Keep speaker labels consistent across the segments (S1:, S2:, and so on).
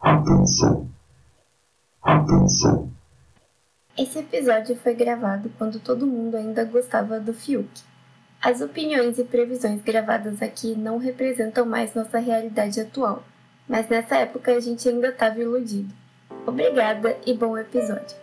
S1: Atenção. Atenção.
S2: Esse episódio foi gravado quando todo mundo ainda gostava do Fiuk. As opiniões e previsões gravadas aqui não representam mais nossa realidade atual, mas nessa época a gente ainda estava iludido. Obrigada e bom episódio.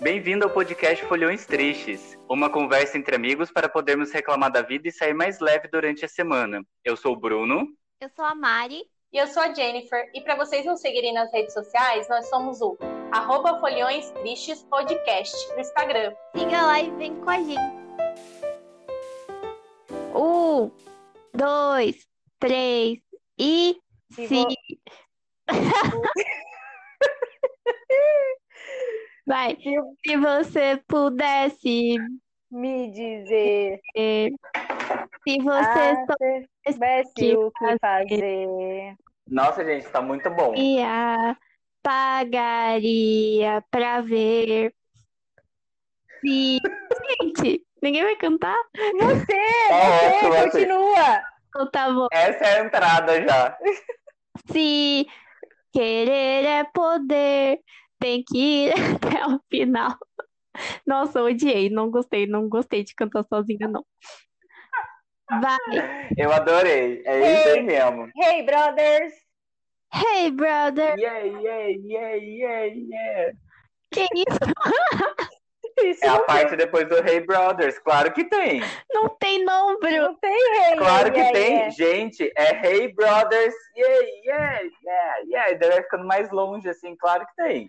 S3: Bem-vindo ao podcast Folhões Tristes, uma conversa entre amigos para podermos reclamar da vida e sair mais leve durante a semana. Eu sou o Bruno.
S4: Eu sou a Mari.
S5: E eu sou a Jennifer. E para vocês nos seguirem nas redes sociais, nós somos o arroba Folhões Tristes Podcast no Instagram.
S4: Siga lá e vem com a gente. Um, dois, três e
S5: Se
S4: sim.
S5: vo-
S4: Vai. Se você pudesse,
S5: Me dizer
S4: eh, se você
S5: Ah. soubesse
S4: que
S5: o que fazer.
S3: Nossa, gente, tá muito bom.
S4: sabia, pagaria pra ver. Se... Gente, ninguém vai cantar?
S3: Tá ótimo, assim.
S5: Continua!
S4: Então tá bom.
S3: Essa é a entrada já.
S4: Se querer é poder, tem que ir até o final. Nossa, eu odiei, não gostei, não gostei de cantar sozinha, não. Vai.
S3: Eu adorei. É isso aí mesmo.
S5: Hey, brothers!
S4: Hey, brother,
S3: Yeah, yeah, yeah, yeah, yeah.
S4: que isso?
S5: Isso
S3: É a
S5: não,
S3: parte depois do Hey Brothers, claro que tem.
S4: Não tem não, Bruno.
S5: não tem hey, né,
S3: Claro que
S5: yeah,
S3: tem.
S5: yeah.
S3: Gente, é Hey Brothers, yeah, yeah, yeah, yeah. É, E daí vai ficando mais longe, assim, claro que tem.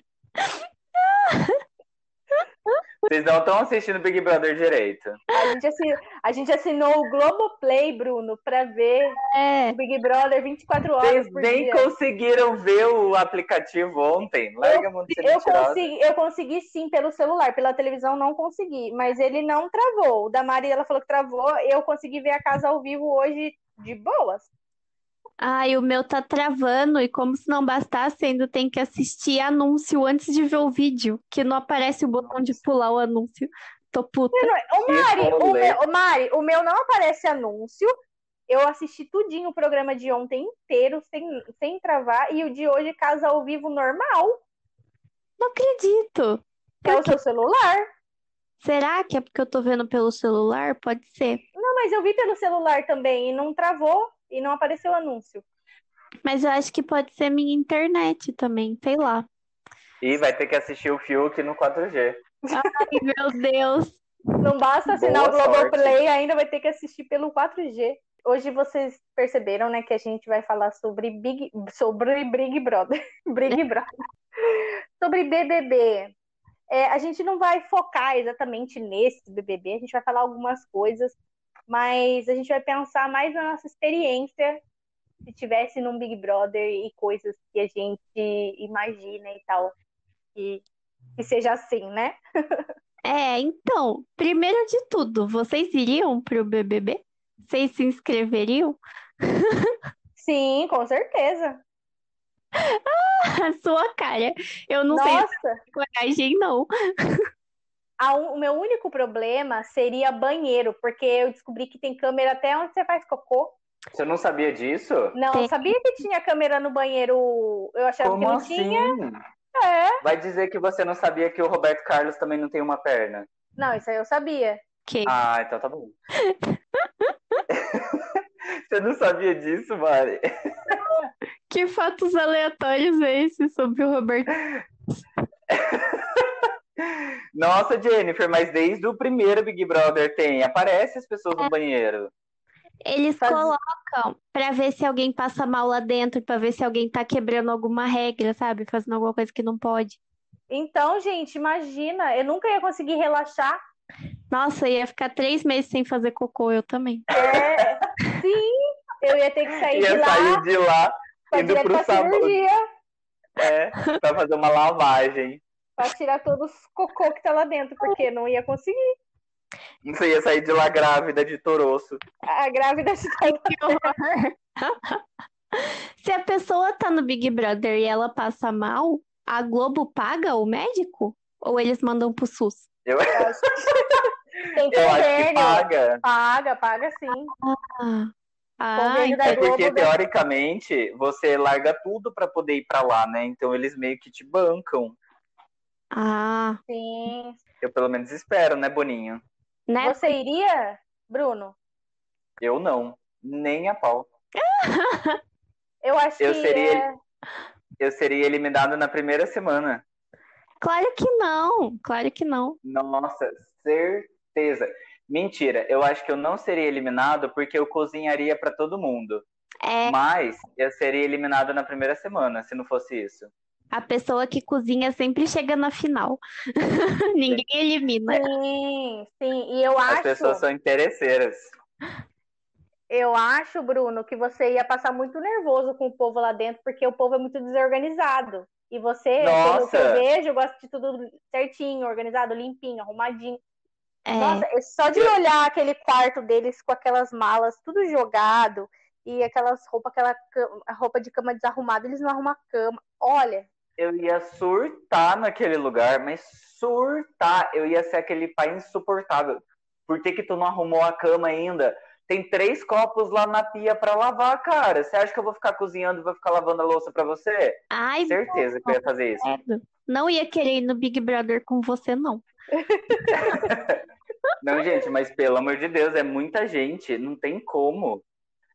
S3: Vocês não estão assistindo Big Brother direito.
S5: A gente, assinou, a gente assinou o Globoplay, Bruno, pra ver
S4: É.
S5: o Big Brother 24 horas
S3: Vocês
S5: por
S3: nem
S5: dia.
S3: conseguiram ver o aplicativo ontem. Larga a mão de ser
S5: Eu
S3: mentirosa.
S5: consegui, eu consegui sim pelo celular, pela televisão não consegui, mas ele não travou. O da Mari, ela falou que travou, eu consegui ver a casa ao vivo hoje de boas.
S4: Ai, o meu tá travando e como se não bastasse, ainda tem que assistir anúncio antes de ver o vídeo, que não aparece o botão de pular o anúncio. Tô puta.
S5: Ô
S3: Que
S5: Mari, o
S3: rolê.
S5: meu, ô, Mari, o meu não aparece anúncio. Eu assisti tudinho o programa de ontem inteiro, sem, sem travar, e o de hoje, casa ao vivo normal,
S4: Não acredito.
S5: que é o seu celular.
S4: Será que é porque eu tô vendo pelo celular? Pode ser.
S5: Não, mas eu vi pelo celular também, e não travou, e não apareceu anúncio.
S4: Mas eu acho que pode ser minha internet também, sei lá.
S3: E vai ter que assistir o Fiuk no 4G.
S4: Ai, meu Deus.
S5: Não basta assinar
S3: Boa
S5: o Globoplay, ainda vai ter que assistir pelo 4G. Hoje vocês perceberam, né, que a gente vai falar sobre Big, sobre Big Brother, Big Brother, sobre BBB. É, a gente não vai focar exatamente nesse BBB, a gente vai falar algumas coisas, mas a gente vai pensar mais na nossa experiência se tivesse num Big Brother e coisas que a gente imagina e tal, e que seja assim, né?
S4: É, então, primeiro de tudo, vocês iriam pro BBB? Vocês se inscreveriam?
S5: Sim, com certeza.
S4: A sua cara. Eu não tenho
S5: Nossa,
S4: coragem, não.
S5: a un- o meu único problema seria banheiro, porque eu descobri que tem câmera até onde você faz cocô.
S3: Você não sabia disso?
S5: Não,
S4: Tem.
S5: eu sabia que tinha câmera no banheiro. Eu achava que
S3: Como
S5: não
S3: assim?
S5: tinha. É.
S3: Vai dizer que você não sabia que o Roberto Carlos também não tem uma perna.
S5: Não, isso aí eu sabia.
S4: Ok.
S3: Ah, então tá bom. você não sabia disso, Mari?
S4: Que fatos aleatórios é esse sobre o Roberto?
S3: Nossa, Jennifer, mas desde o primeiro Big Brother tem. Aparece as pessoas
S5: É.
S3: no banheiro.
S4: Eles
S5: Faz-
S4: colocam pra ver se alguém passa mal lá dentro, pra ver se alguém tá quebrando alguma regra, sabe? Fazendo alguma coisa que não pode.
S5: Então, gente, imagina, eu nunca ia conseguir relaxar.
S4: Nossa, eu ia ficar três meses sem fazer cocô, eu também.
S5: É, Sim, eu ia ter que sair É de
S3: Ia
S5: lá
S3: sair de lá,
S5: pra
S3: indo
S5: direto
S3: pro
S5: pra
S3: sabão.
S5: cirurgia,
S3: é, pra fazer uma lavagem.
S5: pra tirar todos os cocô que tá lá dentro, porque não ia conseguir.
S3: Você ia sair de lá grávida de Toroço.
S5: A grávida de
S4: Que horror! Se a pessoa tá no Big Brother e ela passa mal,
S5: É,
S4: a Globo paga o médico? Ou eles mandam pro SUS?
S3: Eu...
S5: Tem
S3: Eu acho que
S5: convênio.
S3: paga.
S5: Paga, paga sim.
S4: Ah,
S5: Convênio da
S3: É
S4: então-
S3: porque,
S5: Globo, né?
S3: teoricamente, você larga tudo pra poder ir pra lá, né? Então eles meio que te bancam.
S4: ah,
S5: Sim.
S3: Eu pelo menos espero, né, Boninho?
S4: né?
S5: Você iria, Bruno?
S3: Eu não. Nem a pau.
S5: Eu acho
S3: Eu
S5: que
S3: seria-
S5: é-
S3: Eu seria eliminado na primeira semana.
S4: Claro que não, claro que não.
S3: Nossa, certeza. Mentira, eu acho que eu não seria eliminado porque eu cozinharia pra todo mundo.
S4: É
S3: Mas eu seria eliminado na primeira semana, se não fosse isso.
S4: a pessoa que cozinha sempre chega na final. Ninguém elimina.
S5: é Sim, sim. E eu
S3: As
S5: acho,
S3: pessoas são interesseiras.
S5: eu acho, Bruno, que você ia passar muito nervoso com o povo lá dentro, porque o povo é muito desorganizado. E você, pelo que eu
S3: Nossa!
S5: vejo, gosta de tudo certinho, organizado, limpinho, arrumadinho.
S4: É,
S5: Nossa, é só de olhar aquele quarto deles com aquelas malas tudo jogado e aquelas roupas, aquela cama- roupa de cama desarrumada, eles não arrumam a cama. Olha,
S3: Eu ia surtar naquele lugar, mas surtar. Eu ia ser aquele pai insuportável. Por que que tu não arrumou a cama ainda? Tem três copos lá na pia pra lavar, cara. Você acha que eu vou ficar cozinhando e vou ficar lavando a louça pra você?
S4: ai,
S3: Certeza que eu ia fazer isso.
S4: credo. Não ia querer ir no Big Brother com você, não.
S3: Não, gente, mas pelo amor de Deus, é muita gente, não tem como.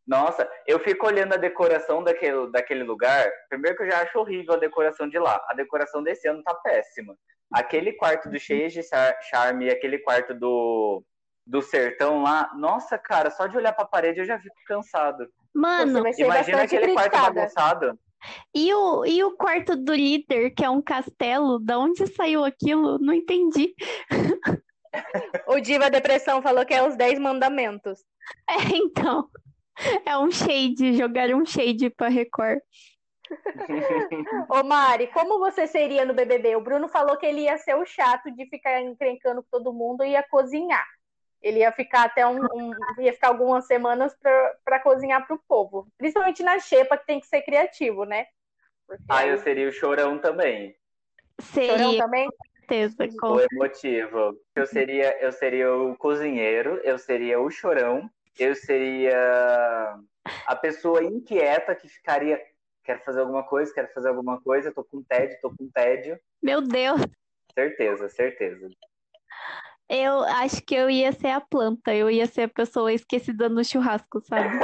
S3: Nossa, eu fico olhando a decoração daquele, daquele lugar. Primeiro que eu já acho horrível a decoração de lá. A decoração desse ano tá péssima. Aquele quarto
S5: Uhum.
S3: do Cheias de Char- Charme e aquele quarto do, do Sertão lá. Nossa, cara, só de olhar pra parede eu já fico cansado.
S5: você
S4: Mano,
S5: vai ser
S3: Imagina
S5: bastante
S3: aquele quarto
S5: criticada.
S3: bagunçado.
S4: e o, e o quarto do líder, que é um castelo? Da onde saiu aquilo? Não entendi.
S5: O Diva Depressão falou que é os 10 mandamentos.
S4: É, então. É um shade, jogaram um shade pra Record.
S5: Ô Mari, como você seria no BBB? O Bruno falou que ele ia ser o chato de ficar encrencando com todo mundo e ia cozinhar. Ele ia ficar até um, um- ia ficar algumas semanas para cozinhar pro povo, principalmente na xepa que tem que ser criativo, né? Porque
S3: Ah, eu seria o chorão também.
S5: Chorão
S4: Seria,
S5: também.
S4: com certeza. com-
S3: O emotivo. Eu seria, eu seria o cozinheiro, eu seria o chorão, eu seria a pessoa inquieta que ficaria. Quero fazer alguma coisa, quero fazer alguma coisa, tô com tédio, tô com tédio.
S4: Meu Deus,
S3: Certeza, certeza.
S4: eu acho que eu ia ser a planta. Eu ia ser a pessoa esquecida no churrasco, sabe?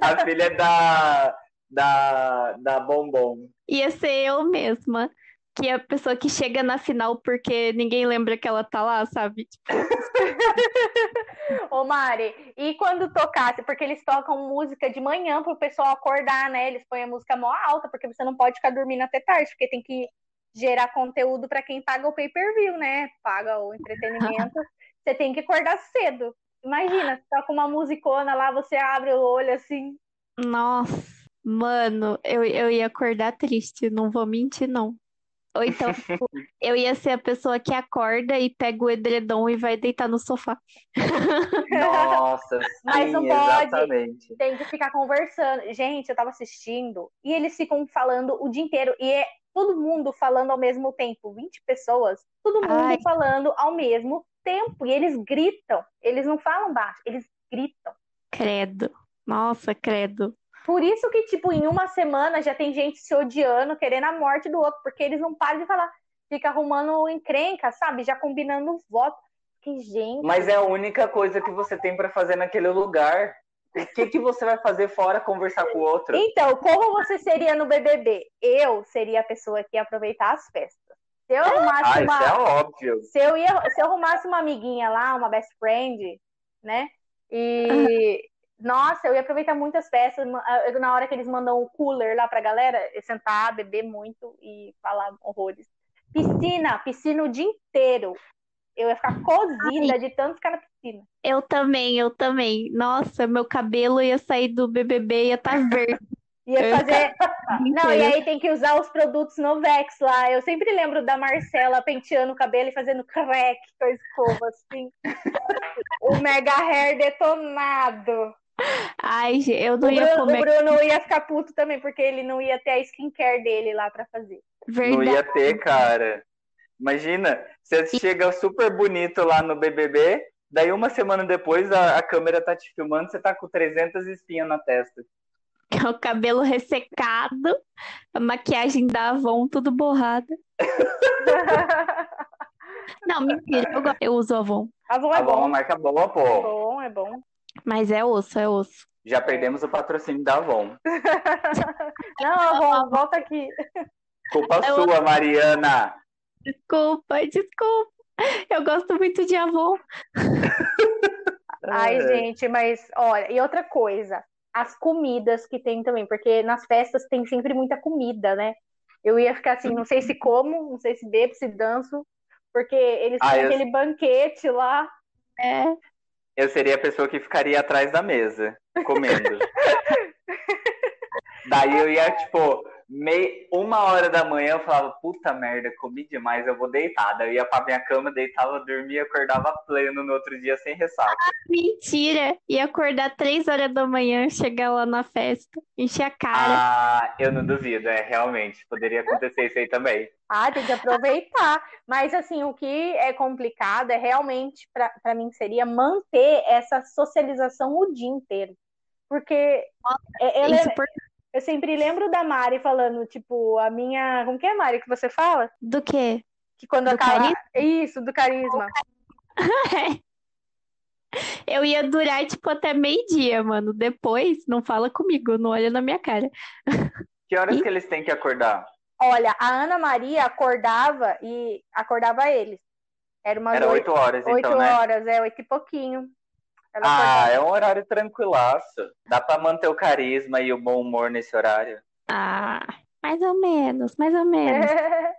S3: A filha é da, da, da Bombom.
S4: Ia ser eu mesma. Que é a pessoa que chega na final porque ninguém lembra que ela tá lá, sabe?
S5: Ô Mari, e quando tocasse, porque eles tocam música de manhã pro pessoal acordar, né? Eles põem a música mó alta, porque você não pode ficar dormindo até tarde, porque tem que gerar conteúdo pra quem paga o pay-per-view, né? Paga o entretenimento. Você tem que acordar cedo. Imagina, você toca uma musicona lá, você abre o olho assim.
S4: Nossa, mano, eu, eu ia acordar triste, não vou mentir, não. Ou então, tipo, eu ia ser a pessoa que acorda e pega o edredom e vai deitar no sofá.
S3: Nossa, sim,
S5: Mas não pode.
S3: exatamente.
S5: Tem que ficar conversando. Gente, eu tava assistindo e eles ficam falando o dia inteiro e é todo mundo falando ao mesmo tempo, 20 pessoas, todo mundo
S4: Ai.
S5: falando ao mesmo tempo e eles gritam. Eles não falam baixo, eles gritam.
S4: Credo. Nossa, credo.
S5: Por isso que tipo em uma semana já tem gente se odiando, querendo a morte do outro, porque eles não param de falar. Fica arrumando encrenca, sabe? Já combinando voto. Que gente,
S3: Mas é a única coisa que você tem pra fazer naquele lugar. O que, que você vai fazer fora conversar com o outro?
S5: Então, como você seria no BBB? Eu seria a pessoa que ia aproveitar as festas. Se eu arrumasse
S3: Ah, isso é
S5: uma,
S3: óbvio.
S5: se eu ia, se eu arrumasse uma amiguinha lá, uma best friend, né? E nossa, eu ia aproveitar muitas festas ma- eu- na hora que eles mandam o cooler lá pra galera, eu sentar, beber muito e falar horrores. Piscina, piscina o dia inteiro. Eu ia ficar cozida de tanto ficar na piscina.
S4: Eu também, eu também. Nossa, meu cabelo ia sair do BBB, ia estar verde. Eu
S5: Ia
S4: ia
S5: fazer Não, e
S4: inteiro.
S5: aí tem que usar os produtos Novex lá. Eu sempre lembro da Marcela penteando o cabelo e fazendo crack com a escova, assim. o Mega Hair detonado.
S4: Ai, gente, eu
S5: O
S4: não ia
S5: Bruno, o
S4: comer.
S5: Bruno ia ficar puto também, porque ele não ia ter a skincare dele lá pra fazer.
S3: Não
S4: Verdade.
S3: ia ter, cara. Imagina, você chega super bonito lá no BBB, daí uma semana depois a, a câmera tá te filmando, você tá com 300 espinhas na testa.
S4: O cabelo ressecado, a maquiagem da Avon tudo borrada. Não, mentira, eu, gosto- eu uso Avon.
S5: Avon
S3: Tá
S5: é
S3: bom, uma
S5: bom.
S3: marca boa,
S5: É
S3: pô.
S5: bom, é bom.
S4: Mas é osso, é osso.
S3: Já perdemos o patrocínio da Avon.
S5: Não, Avon, volta aqui.
S3: É. Culpa
S4: Eu-
S3: sua, Mariana.
S4: Desculpa, desculpa. Eu gosto muito de Avon.
S5: Ai, gente, mas olha, e outra coisa, as comidas que tem também, porque nas festas tem sempre muita comida, né? Eu ia ficar assim, não sei se como, não sei se bebo, se danço, porque eles
S3: Ah,
S5: têm
S3: eu-
S5: aquele banquete lá.
S4: É.
S3: Eu seria a pessoa que ficaria atrás da mesa, comendo. Daí eu ia, tipo, mei... uma hora da manhã, eu falava, puta merda, comi demais, eu vou deitar. Daí eu ia pra minha cama, deitava, dormia, acordava pleno no outro dia sem ressaca.
S4: Mentira! Ia acordar três horas da manhã, chegar lá na festa, encher a cara.
S3: Ah, eu não duvido, é realmente, poderia acontecer isso aí também.
S5: Ah, tem que aproveitar. Mas assim, o que é complicado é realmente, pra pra mim, seria manter essa socialização o dia inteiro. Porque é- ela é-
S4: Insupor-
S5: eu sempre lembro da Mari falando, tipo, a minha. Como que é, Mari, que você fala?
S4: Do quê?
S5: Que quando
S4: Do
S5: acaba. Isso, do carisma.
S4: Eu ia durar, tipo, até meio-dia, mano. Depois, não fala comigo, não olha na minha cara.
S3: Que horas que eles têm que acordar?
S5: Olha, a Ana Maria acordava e acordava eles. Era umas
S3: Era
S5: Ah, oito,
S3: oito horas,
S5: oito
S3: então, né?
S5: horas, é, oito e pouquinho. Ela
S3: Ah,
S5: acordava.
S3: é um horário tranquilaço. Dá pra manter o carisma e o bom humor nesse horário.
S4: Ah, mais ou menos, mais ou menos.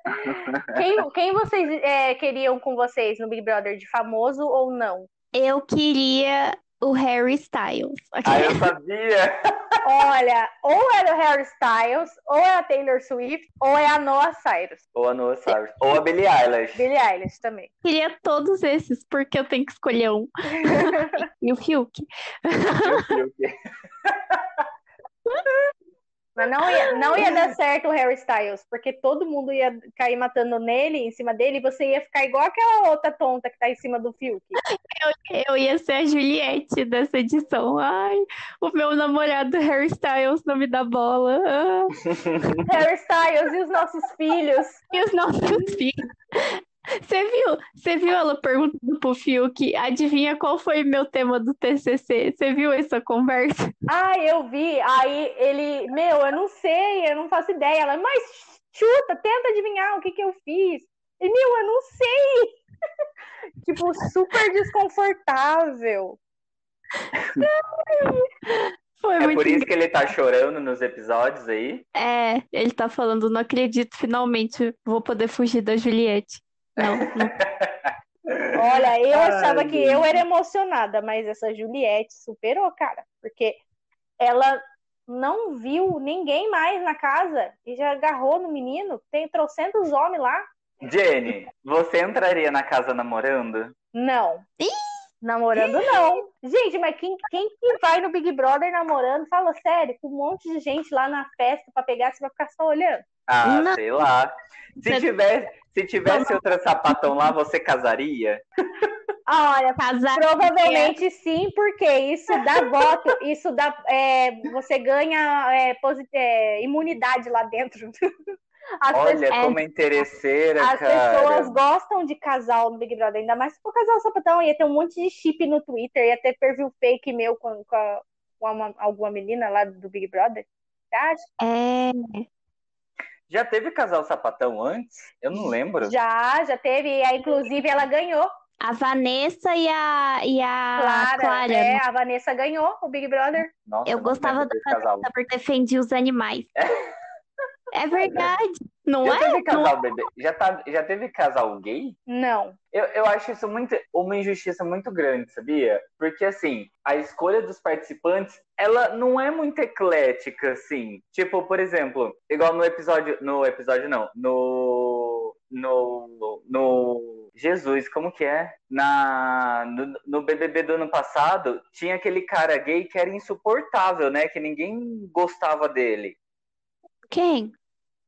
S5: Quem, quem vocês é, queriam com vocês no Big Brother, de famoso ou não?
S4: Eu queria o Harry Styles.
S3: Ah, eu sabia!
S5: Olha, ou era o Harry Styles, ou é a Taylor Swift, ou é a Noah Cyrus.
S3: Ou a Noah Cyrus. Ou a Billie Eilish.
S5: Billie Eilish também.
S4: Eu queria todos esses, porque eu tenho que escolher um. E o Fiuk.
S3: Eu sei o quê.
S5: Mas não ia, não ia dar certo o Harry Styles, porque todo mundo ia cair matando nele, em cima dele, e você ia ficar igual aquela outra tonta que tá em cima do Fiuk.
S4: Eu ia ser a Juliette dessa edição. Ai, o meu namorado Harry Styles não me dá bola. Ah.
S5: Harry Styles e os nossos filhos.
S4: E os nossos filhos. Você viu? Você viu ela perguntando pro Fiuk, adivinha qual foi meu tema do TCC? Você viu essa conversa?
S5: Ah, eu vi. Aí ele, meu, eu não sei, eu não faço ideia. Ela, mas chuta, tenta adivinhar o que que eu fiz. E, meu, eu não sei. Tipo, super desconfortável.
S4: Foi
S3: É
S4: muito
S3: por isso
S4: engraçado.
S3: que ele tá chorando nos episódios aí.
S4: É, ele tá falando, não acredito, finalmente vou poder fugir da Juliette. Não, não.
S5: Olha, eu
S3: Ai,
S5: achava que eu
S3: gente.
S5: era emocionada, mas essa Juliette superou, cara, porque ela não viu ninguém mais na casa e já agarrou no menino. Tem trocentos homens lá.
S3: Jenny, você entraria na casa namorando?
S5: Não. Namorando, não. Gente, mas quem, quem que vai no Big Brother namorando? Fala sério, com um monte de gente lá na festa pra pegar, você vai ficar só olhando.
S3: Ah,
S4: Não.
S3: sei lá. Se
S4: Você-
S3: tivesse, se tivesse outra sapatão lá, você casaria?
S5: Ah, Olha,
S4: Casar
S5: provavelmente sim, porque isso dá voto, isso dá. é, você ganha é, posi- é, imunidade lá dentro. As,
S3: Olha
S5: pessoas-
S3: como é interesseira,
S5: as
S3: cara.
S5: pessoas gostam de casal no Big Brother, ainda mais se for casal sapatão, ia ter um monte de chip no Twitter, ia ter perfil fake meu com, com, a- com uma- alguma menina lá do Big Brother. Você acha?
S4: é,
S3: Já teve casal sapatão antes? Eu não lembro.
S5: Já, já teve. E aí, inclusive, ela ganhou.
S4: a Vanessa e a, e a
S5: Clara,
S4: Ah, Clara.
S5: é, a Vanessa ganhou o Big Brother.
S3: Nossa,
S4: Eu
S3: não
S4: gostava
S3: lembro
S4: da
S3: desse casal.
S4: Vanessa porque defendia os animais. É verdade, não
S3: Já
S4: é?
S3: teve
S4: Não
S3: casal bebê? Já, tá, já teve casal gay?
S5: Não.
S3: Eu, eu acho isso muito, uma injustiça muito grande, sabia? Porque, assim, a escolha dos participantes, ela não é muito eclética, assim. Tipo, por exemplo, igual no episódio... No episódio, não. No... No... no Jesus, como que é? Na, no, no BBB do ano passado, tinha aquele cara gay que era insuportável, né? Que ninguém gostava dele.
S4: Quem?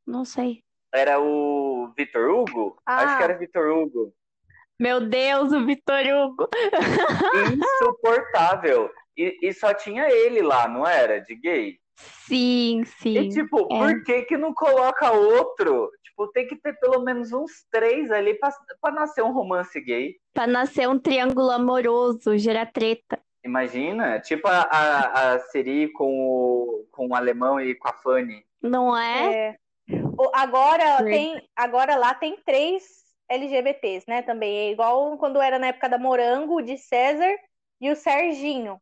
S4: Não sei.
S3: Era o Vitor Hugo?
S5: Ah.
S3: Acho que era Vitor Hugo.
S4: Meu Deus, o Vitor Hugo.
S3: Insuportável. E, e só tinha ele lá, não era? De gay.
S4: Sim, sim.
S3: E tipo,
S5: é.
S3: por que que não coloca outro? Tipo, tem que ter pelo menos uns três ali pra, pra nascer um romance gay.
S4: Pra nascer um triângulo amoroso, gerar treta.
S3: Imagina, tipo a, a, a Siri com o, com o alemão e com a Fanny.
S4: Não é?
S5: É. O- Agora
S4: Sim.
S5: tem, agora lá tem três LGBTs, né? Também é igual quando era na época da Morango, o de César e o Serginho.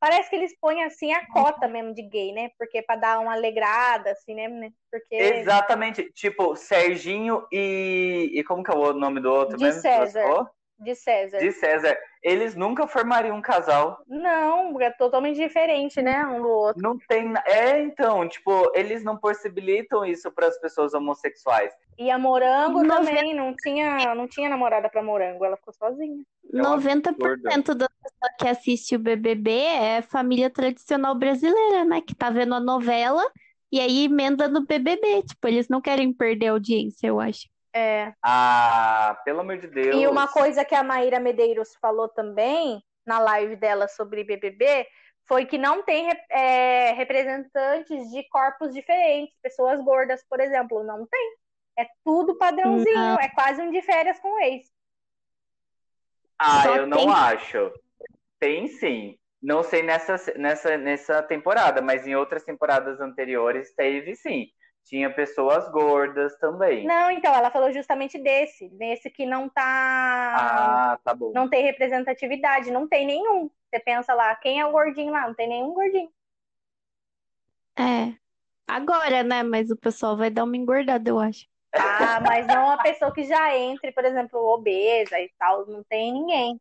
S5: Parece que eles põem assim a cota mesmo de gay, né? Porque para dar uma alegrada, assim, né? Porque
S3: Exatamente, tipo Serginho e. E como que é o nome do outro
S5: De
S3: mesmo? que você
S5: César.
S3: falou?
S5: de César.
S3: De César. Eles nunca formariam um casal.
S5: Não, é totalmente diferente, né? Um do outro.
S3: Não tem. É, então, tipo, eles não possibilitam isso para as pessoas homossexuais.
S5: E a Morango
S4: Nossa.
S5: também não tinha, não tinha namorada para Morango, ela ficou sozinha.
S3: É um é
S4: 90% das pessoas que assiste o BBB é família tradicional brasileira, né? Que tá vendo a novela e aí emenda no BBB. Tipo, eles não querem perder a audiência, eu acho.
S5: É.
S3: Ah, pelo amor de Deus.
S5: E uma coisa que a Maíra Medeiros falou também na live dela sobre BBB foi que não tem rep- é, representantes de corpos diferentes, pessoas gordas, por exemplo, não tem. É tudo padrãozinho,
S4: Não.
S5: é quase um de férias com o ex.
S3: Ah,
S4: Só
S3: eu não
S4: tem-
S3: acho. Tem sim. Não sei nessa, nessa, nessa temporada, mas em outras temporadas anteriores teve sim. Tinha pessoas gordas também.
S5: Não, então ela falou justamente desse, desse que não tá,
S3: Ah, tá bom.
S5: não tem representatividade, não tem nenhum. Você pensa lá, quem é o gordinho lá? Não tem nenhum gordinho.
S4: É. Agora, né? Mas o pessoal vai dar uma engordada, eu acho.
S5: Ah, mas não a pessoa que já entre, por exemplo, obesa e tal, não tem ninguém.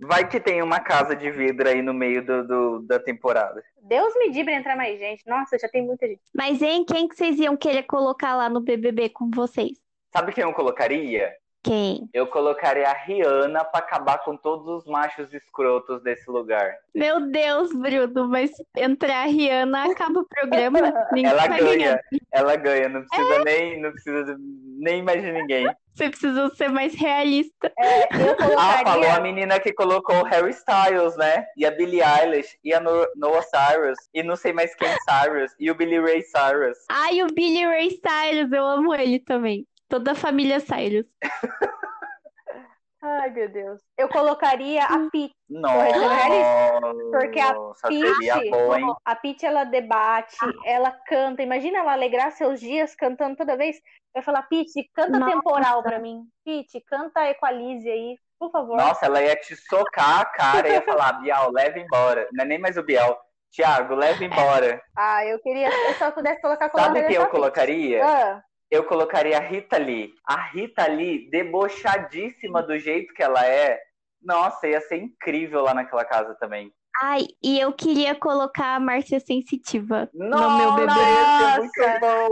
S3: Vai que tem uma casa de vidro aí no meio do, do- da temporada.
S5: Deus me livre entrar mais gente. Nossa, já tem muita gente.
S4: Mas, hein, quem que vocês iam querer colocar lá no BBB com vocês?
S3: Sabe quem eu colocaria?
S4: Quem?
S3: Eu colocaria a Rihanna pra acabar com todos os machos escrotos desse lugar.
S4: Meu Deus, Bruno, mas entrar a Rihanna acaba o programa. Ninguém tá
S3: Ela
S4: vai
S3: ganha,
S4: ganhar.
S3: ela ganha, não precisa
S5: É.
S3: nem, não precisa nem mais de ninguém.
S4: Você precisa ser mais realista.
S5: É, Eu
S3: Ah, falou a
S5: colocaria.
S3: menina que colocou o Harry Styles, né? E a Billie Eilish, e a No- Noah Cyrus, e não sei mais quem Cyrus, e o Billy Ray Cyrus.
S4: Ai, o Billy Ray Cyrus, eu amo ele também. Toda a família Cyrus.
S5: Ai, meu Deus. Eu colocaria
S4: Hum.
S5: a Pete,
S3: Nossa,
S5: Porque a
S3: seria
S5: Pete-
S3: bom, hein?
S5: a Pete ela debate,
S4: Ah.
S5: ela canta. Imagina ela alegrar seus dias cantando toda vez. Eu falar, Pete, canta
S4: Nossa.
S5: temporal pra mim. Pete, canta Equalize aí, por favor.
S3: Nossa, ela ia te socar a cara e ia falar, Bial, leva embora. Não é nem mais o Bial. Tiago,
S5: É.
S3: leva embora.
S5: Ah, eu queria, se eu só pudesse colocar
S3: Sabe
S5: colocaria
S3: quem
S5: essa
S3: eu
S5: Pitty.
S3: colocaria?
S5: Ah,
S3: Eu colocaria a Rita Lee. A Rita Lee, debochadíssima do jeito que ela é. Nossa, ia ser incrível lá naquela casa também.
S4: Ai, e eu queria colocar a Márcia Sensitiva no meu
S3: Nossa,
S4: bebê.
S3: Muito bom,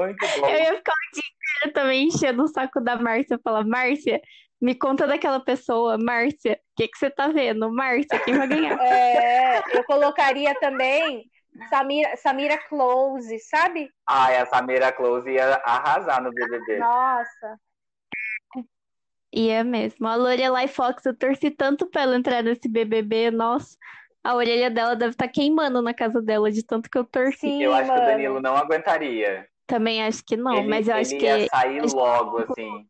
S3: muito bom.
S4: Eu ia ficar o dia inteiro também enchendo o saco da Márcia, falar, Márcia, me conta daquela pessoa, Márcia, o que que você tá vendo? Márcia, quem vai ganhar?
S5: é, eu colocaria também Samira, Samira Close, sabe?
S3: Ai, a Samira Close ia arrasar no BBB.
S5: Nossa.
S4: E é mesmo. A Lorelai Fox, eu torci tanto pra ela entrar nesse BBB, nossa. A orelha dela deve estar queimando na casa dela, de tanto que eu torci.
S5: Sim,
S3: eu acho que o
S5: mano.
S3: Danilo não aguentaria.
S4: Também acho que não,
S3: ele,
S4: mas eu
S3: ele
S4: acho
S3: ia
S4: que é
S3: sair
S4: acho que-
S3: logo, assim.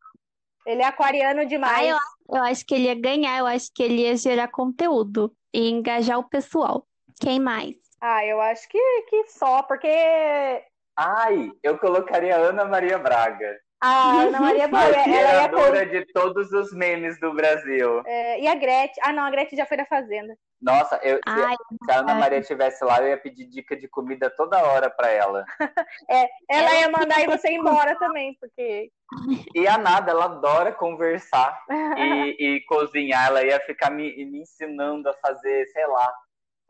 S5: Ele é aquariano
S4: Ah,
S5: demais.
S4: eu, eu acho que ele ia ganhar, eu acho que ele ia gerar conteúdo e engajar o pessoal. Quem mais?
S5: Ah, eu acho que, que só, porque
S3: Ai, eu colocaria a Ana Maria Braga.
S5: a Ana Maria
S4: é-
S3: A
S5: Braga, ela ia
S3: criadora de todos os memes do Brasil.
S5: é, E a Gretchen. Ah, não, a Gretchen já foi da Fazenda.
S3: Nossa, eu, se,
S4: Ai,
S3: se a Ana Maria estivesse lá, eu ia pedir dica de comida toda hora pra ela.
S5: Ela
S4: Ela
S5: ia mandar aí você embora também, porque.
S3: E a Nada, ela adora conversar e, e cozinhar. Ela ia ficar me, me ensinando a fazer, sei lá,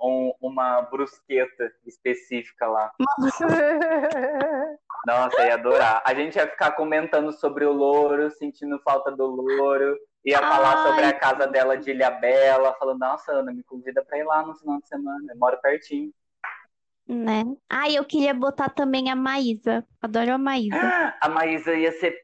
S3: um- uma brusqueta específica lá. Nossa, eu ia adorar. A gente ia ficar comentando sobre o louro, sentindo falta do louro. Ia falar
S4: Ai.
S3: sobre a casa dela de Ilhabela, falando, nossa, Ana, me convida pra ir lá no final de semana, eu moro pertinho.
S4: né? Ah, eu queria botar também a Maísa. Adoro a Maísa.
S3: A Maísa ia ser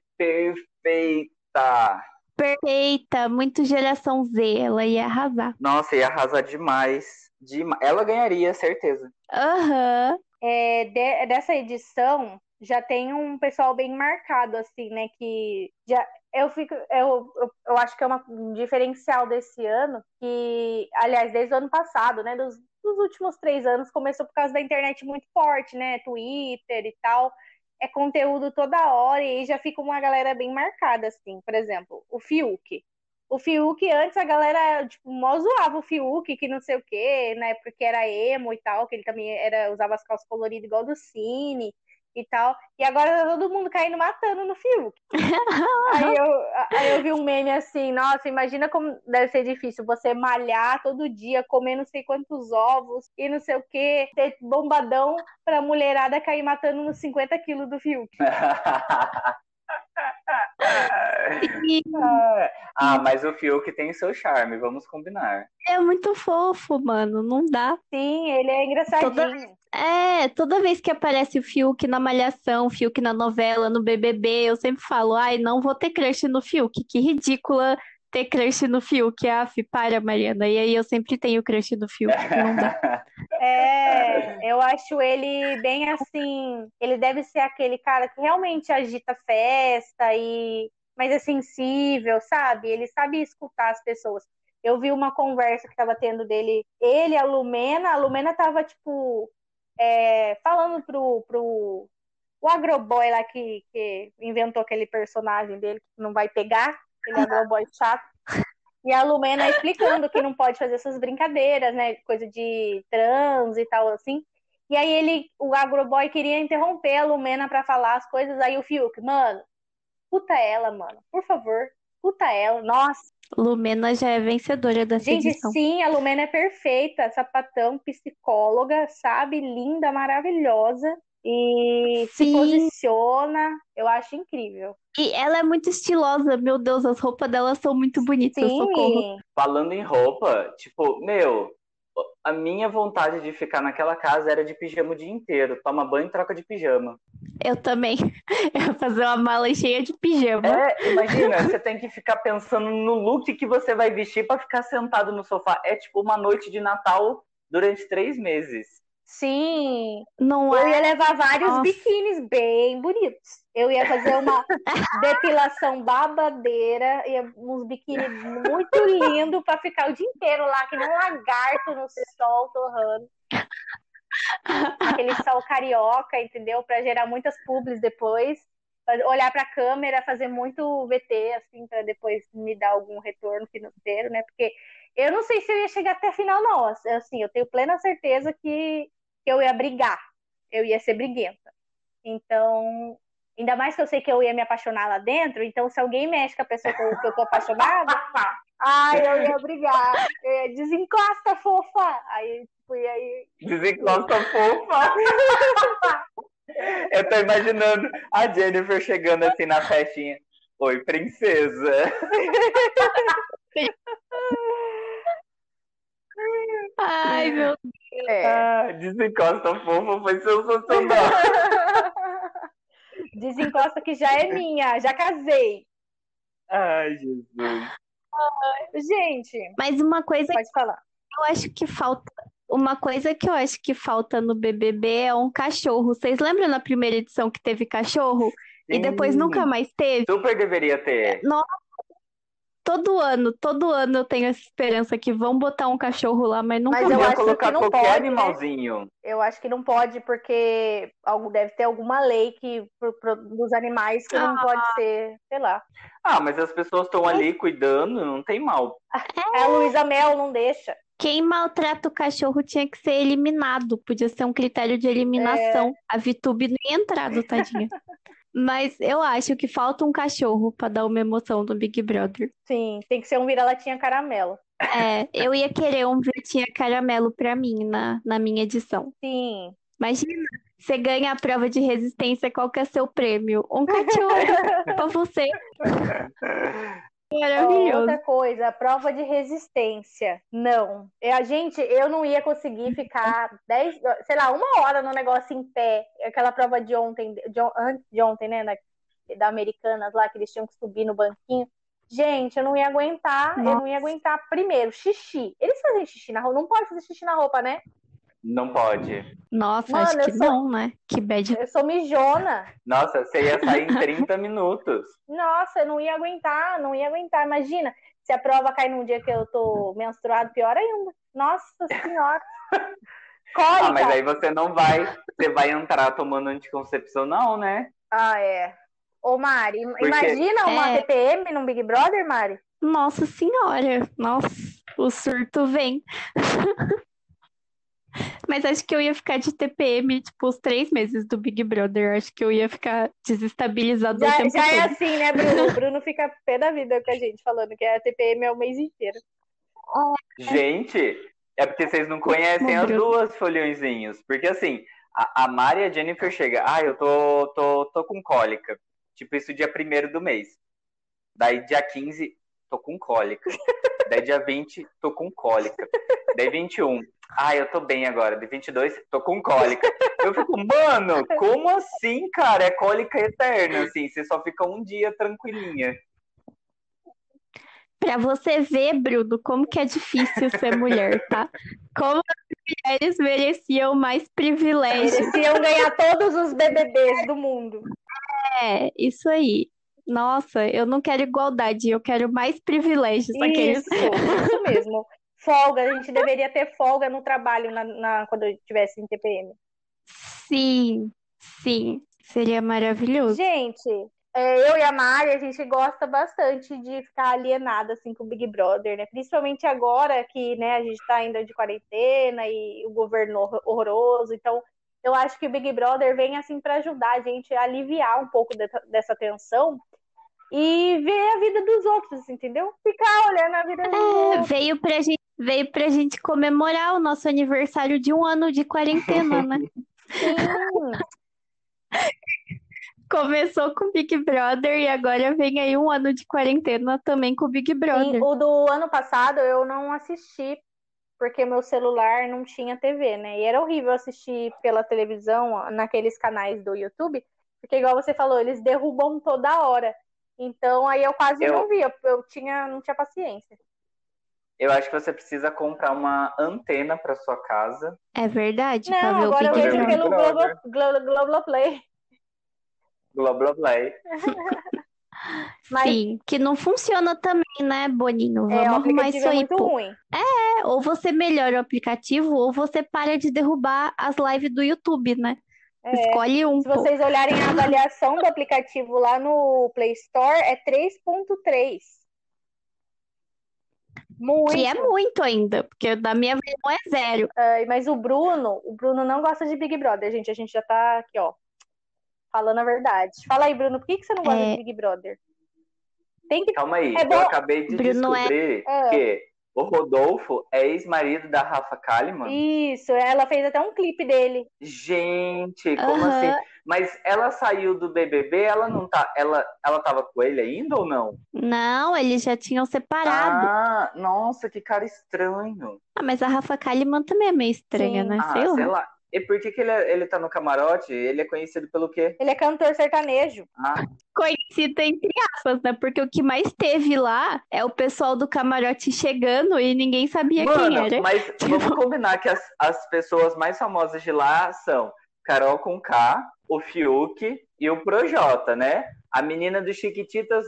S3: perfeita.
S4: Perfeita, muito geração Z, ela ia arrasar.
S3: Nossa, ia arrasar demais. Dema- Ela ganharia, certeza.
S4: Aham.
S5: É, de- dessa edição já tem um pessoal bem marcado, assim, né? Que já eu fico, eu, eu, eu acho que é uma, um diferencial desse ano, que, aliás, desde o ano passado, né? Dos, dos últimos três anos, começou por causa da internet muito forte, né? Twitter e tal. É conteúdo toda hora e aí já fica uma galera bem marcada, assim. Por exemplo, o Fiuk. O Fiuk, antes a galera, tipo, mó zoava o Fiuk, que não sei o quê, né? Porque era emo e tal, que ele também era, usava as calças coloridas igual do Cine e tal. E agora tá todo mundo caindo matando no Fiuk. aí, eu, aí eu vi um meme assim, nossa, imagina como deve ser difícil você malhar todo dia, comer não sei quantos ovos e não sei o quê, ter bombadão pra mulherada cair matando nos 50 quilos do Fiuk.
S4: E
S3: ah, mas o Fiuk tem seu charme, vamos combinar.
S4: é muito fofo, mano. Não dá.
S5: Sim, ele é engraçadinho.
S4: É, toda vez que aparece o Fiuk na Malhação, Fiuk na novela, no BBB, eu sempre falo, ai, não vou ter crush no Fiuk, que ridícula ter crush no Fiuk, af, para, Mariana. E aí eu sempre tenho crush no Fiuk, não dá.
S5: É, eu acho ele bem assim. Ele deve ser aquele cara que realmente agita festa e, mas é sensível, sabe? Ele sabe escutar as pessoas. Eu vi uma conversa que tava tendo dele, ele, a Lumena, a Lumena tava tipo é, falando pro, pro o agroboy lá que, que inventou aquele personagem dele que não vai pegar, ele é agroboy chato. E a Lumena explicando que não pode fazer essas brincadeiras, né? Coisa de trans e tal, assim. E aí ele, o agroboy queria interromper a Lumena pra falar as coisas. Aí o Fiuk, mano, puta ela, mano. Por favor, puta ela. Nossa,
S4: Lumena já é vencedora dessa
S5: gente,
S4: edição.
S5: sim, a Lumena é perfeita. Sapatão, psicóloga, sabe? Linda, maravilhosa. E se
S4: Sim.
S5: posiciona. Eu acho incrível.
S4: E ela é muito estilosa, meu Deus, as roupas dela são muito bonitas, socorro.
S5: Sim,
S3: Falando em roupa, tipo, meu, a minha vontade de ficar naquela casa era de pijama o dia inteiro. Toma banho e troca de pijama.
S4: Eu também. Eu ia fazer uma mala cheia de pijama.
S3: É, imagina, você tem que ficar pensando no look que você vai vestir pra ficar sentado no sofá. É tipo uma noite de Natal durante três meses.
S5: sim.
S4: Não
S5: Eu
S4: é?
S5: ia levar vários
S4: Nossa.
S5: biquínis bem bonitos. Eu ia fazer uma depilação babadeira, ia uns biquíni muito lindo pra ficar o dia inteiro lá, que nem um lagarto no sol torrando. Aquele sol carioca, entendeu? Pra gerar muitas publis depois. Pra Olhar pra câmera, fazer muito VT, assim, pra depois me dar algum retorno financeiro, né? Porque eu não sei se eu ia chegar até a final, não. Assim, eu tenho plena certeza que, que eu ia brigar eu ia ser briguenta. Então, ainda mais que eu sei que eu ia me apaixonar lá dentro, então se alguém mexe com a pessoa que eu, que eu tô apaixonada, ai, eu ia brigar. Eu ia, Desencosta, fofa! Aí, tipo, e aí.
S3: Dizer que nossa fofa. Eu tô imaginando a Jennifer chegando assim na festinha. Oi, princesa.
S4: Ai, meu
S5: É.
S3: Ah, Desencosta fofa foi sensacional.
S5: Desencosta que já é minha, já casei.
S3: Ai, Jesus.
S5: Gente,
S4: Mas uma coisa
S5: pode falar.
S4: que eu acho que falta, uma coisa que eu acho que falta no BBB é um cachorro. Vocês lembram na primeira edição que teve cachorro e depois
S3: Sim.
S4: nunca mais teve?
S3: Hum. Super deveria ter.
S4: Todo ano, todo ano eu tenho essa esperança que vão botar um cachorro lá, mas nunca
S5: Mas eu
S3: Podia
S4: mais.
S5: acho que
S3: colocar
S5: não
S3: qualquer
S5: pode, né?
S3: animalzinho.
S5: Eu acho que não pode, porque algo- deve ter alguma lei que, pro, pro, dos animais que não pode ser, sei lá.
S3: Ah, mas as pessoas estão ali cuidando, não tem mal.
S5: É A Luísa Mel não deixa.
S4: Quem maltrata o cachorro tinha que ser eliminado. Podia ser um critério de
S5: É.
S4: eliminação. A Vitube nem entrado, tadinha. Mas eu acho que falta um cachorro pra dar uma emoção do Big Brother.
S5: Sim, tem que ser um vira-latinha caramelo.
S4: É, eu ia querer um Virtinha Caramelo pra mim na, na minha edição.
S5: Sim.
S4: Imagina, você ganha a prova de resistência, qual que é seu prêmio? Um cachorro pra você.
S5: Ó,
S4: Maravilhoso.
S5: Outra coisa, prova de resistência. Não. É, a gente, eu não ia conseguir ficar 10, sei lá, uma hora no negócio em pé. Aquela prova de ontem, de, on- antes de ontem, né? Da, da Americanas lá, que eles tinham que subir no banquinho. Gente, eu não ia aguentar, eu não ia aguentar. Primeiro, xixi. Eles fazem xixi na roupa, não pode fazer xixi na roupa, né?
S3: Não pode.
S4: Nossa,
S5: Mano,
S4: acho
S5: eu
S4: que
S5: sou-
S4: não, né? Que bad.
S5: Eu sou mijona.
S3: Nossa, você ia sair em 30 minutos.
S5: Nossa, eu não ia aguentar, não ia aguentar. Imagina, se a prova cai num dia que eu tô menstruado, pior ainda. Nossa senhora. Cólica.
S3: Ah, mas aí você não vai. Você vai entrar tomando anticoncepcional, né?
S5: Ah, é. Ô, Mari, im-
S3: Porque-
S5: imagina uma
S4: É.
S5: TPM num Big Brother, Mari?
S4: Nossa senhora, nossa, o surto vem. Mas acho que eu ia ficar de TPM, tipo, os três meses do Big Brother. Acho que eu ia ficar desestabilizado o
S5: Já,
S4: tempo
S5: já é
S4: todo.
S5: assim, né, Bruno? O Bruno fica pé da vida com a gente, falando que a TPM é o mês inteiro.
S3: Gente, é porque vocês não conhecem
S4: Meu
S3: as
S4: Deus.
S3: duas folhõezinhos. Porque assim, a, a Mari e a Jennifer chega, ah, eu tô, tô, tô com cólica. Tipo, isso dia 1 do mês. Daí dia 15, tô com cólica. Daí dia 20, tô com cólica. Daí 21, ah, eu tô bem agora. Daí 22, tô com cólica. Eu fico, mano, como assim, cara? É cólica eterna, assim. Você só fica um dia tranquilinha.
S4: Pra você ver, Bruno, como que é difícil ser mulher, tá? Como as mulheres mereciam mais privilégios.
S5: Eles iam ganhar todos os BBBs do mundo.
S4: É, isso aí. Nossa, eu não quero igualdade, eu quero mais privilégios. tá
S3: é
S4: Aqueles...
S5: Isso, isso mesmo. Folga, a gente deveria ter folga no trabalho na, na- quando eu estivesse em TPM.
S4: Sim, sim, seria maravilhoso.
S5: Gente, é, eu e a Mari, a gente gosta bastante de ficar alienada assim com o Big Brother, né? Principalmente agora que, né, a gente tá ainda de quarentena e o governo hor- horroroso. Então, eu acho que o Big Brother vem assim para ajudar a gente a aliviar um pouco de- dessa tensão e ver a vida dos outros, entendeu? Ficar olhando a vida dos outros.
S4: É, Veio pra gente, veio pra gente comemorar o nosso aniversário de um ano de quarentena, né? Começou com o Big Brother e agora vem aí um ano de quarentena também com o Big
S5: Sim,
S4: Brother.
S5: o do ano passado eu não assisti, porque meu celular não tinha TV, né? E era horrível assistir pela televisão, ó, naqueles canais do YouTube, porque igual você falou, eles derrubam toda hora. Então aí eu quase
S3: Eu-
S5: não vi, eu, eu tinha, não tinha paciência.
S3: Eu acho que você precisa comprar uma antena pra sua casa.
S4: É verdade, pra
S5: Não,
S4: ver o
S5: agora eu
S4: Big
S5: vejo
S3: Brother.
S5: pelo
S3: Big
S5: Globo,
S3: Brother.
S5: Glo- Globoplay.
S3: Blá blá blá.
S5: Mas
S4: Sim, que não funciona também, né, Boninho? Vamos
S5: é, o
S4: arrumar
S5: aplicativo
S4: isso
S5: é
S4: aí,
S5: muito
S4: pô.
S5: ruim.
S4: É, ou você melhora o aplicativo, ou você para de derrubar as lives do YouTube, né?
S5: É.
S4: Escolhe um,
S5: Se
S4: pô.
S5: vocês olharem a avaliação do aplicativo lá no Play Store, é 3.3. Muito.
S4: Que é muito ainda, porque da minha vez não é zero.
S5: Ai, Mas o Bruno, o Bruno não gosta de Big Brother, gente. A gente já tá aqui, ó, falando a verdade. Fala aí, Bruno, por que que você não gosta
S4: É.
S5: de Big Brother? Tem que.
S3: Calma aí,
S5: É bom-
S3: eu acabei de
S4: Bruno é-
S3: descobrir
S5: Ah.
S3: que o Rodolfo é ex-marido da Rafa Kalimann.
S5: Isso, ela fez até um clipe dele.
S3: Gente, como
S4: Aham.
S3: assim? Mas ela saiu do BBB, ela não tá. Ela, ela tava com ele ainda ou não?
S4: Não, eles já tinham
S5: Tá.
S4: separado.
S3: Ah, nossa, que cara estranho.
S4: Ah, mas a Rafa Kalimann também é meio estranha,
S5: Sim.
S4: né?
S3: Ah,
S4: Sei lá.
S3: sei lá. E por que, que ele, é- ele tá no camarote? Ele é conhecido pelo quê?
S5: Ele é cantor sertanejo.
S3: Ah,
S4: Conhecida entre aspas, né? Porque o que mais teve lá é o pessoal do camarote chegando e ninguém sabia quem
S3: mano,
S4: era. Tipo,
S3: mas vamos combinar que as, as pessoas mais famosas de lá são Carol com K, o Fiuk e o Projota, né? A menina do Chiquititas,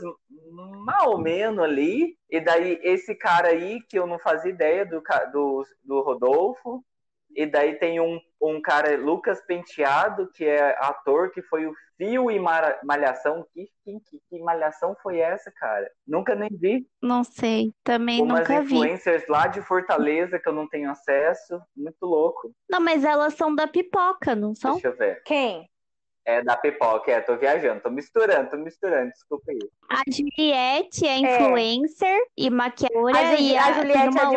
S3: mal ou menos ali. E daí esse cara aí, que eu não fazia ideia do, ca- do, do Rodolfo. E daí tem um, um cara, Lucas Penteado, que é ator, que foi o Fio e Mara- Malhação. Que, que, que- que malhação foi essa, cara? Nunca nem vi
S4: Não sei, também
S3: umas
S4: nunca vi.
S3: influencers lá de Fortaleza que eu não tenho acesso. Muito louco.
S4: Não, mas elas são da pipoca, não são?
S3: Deixa eu ver.
S5: Quem?
S3: É da pipoca, é, tô viajando, tô misturando, tô misturando, desculpa aí.
S4: A Juliette é influencer e maquiadora
S5: A, Ju-
S4: e
S5: a
S4: a, ah, tem
S5: Juliette é
S4: uma outra lá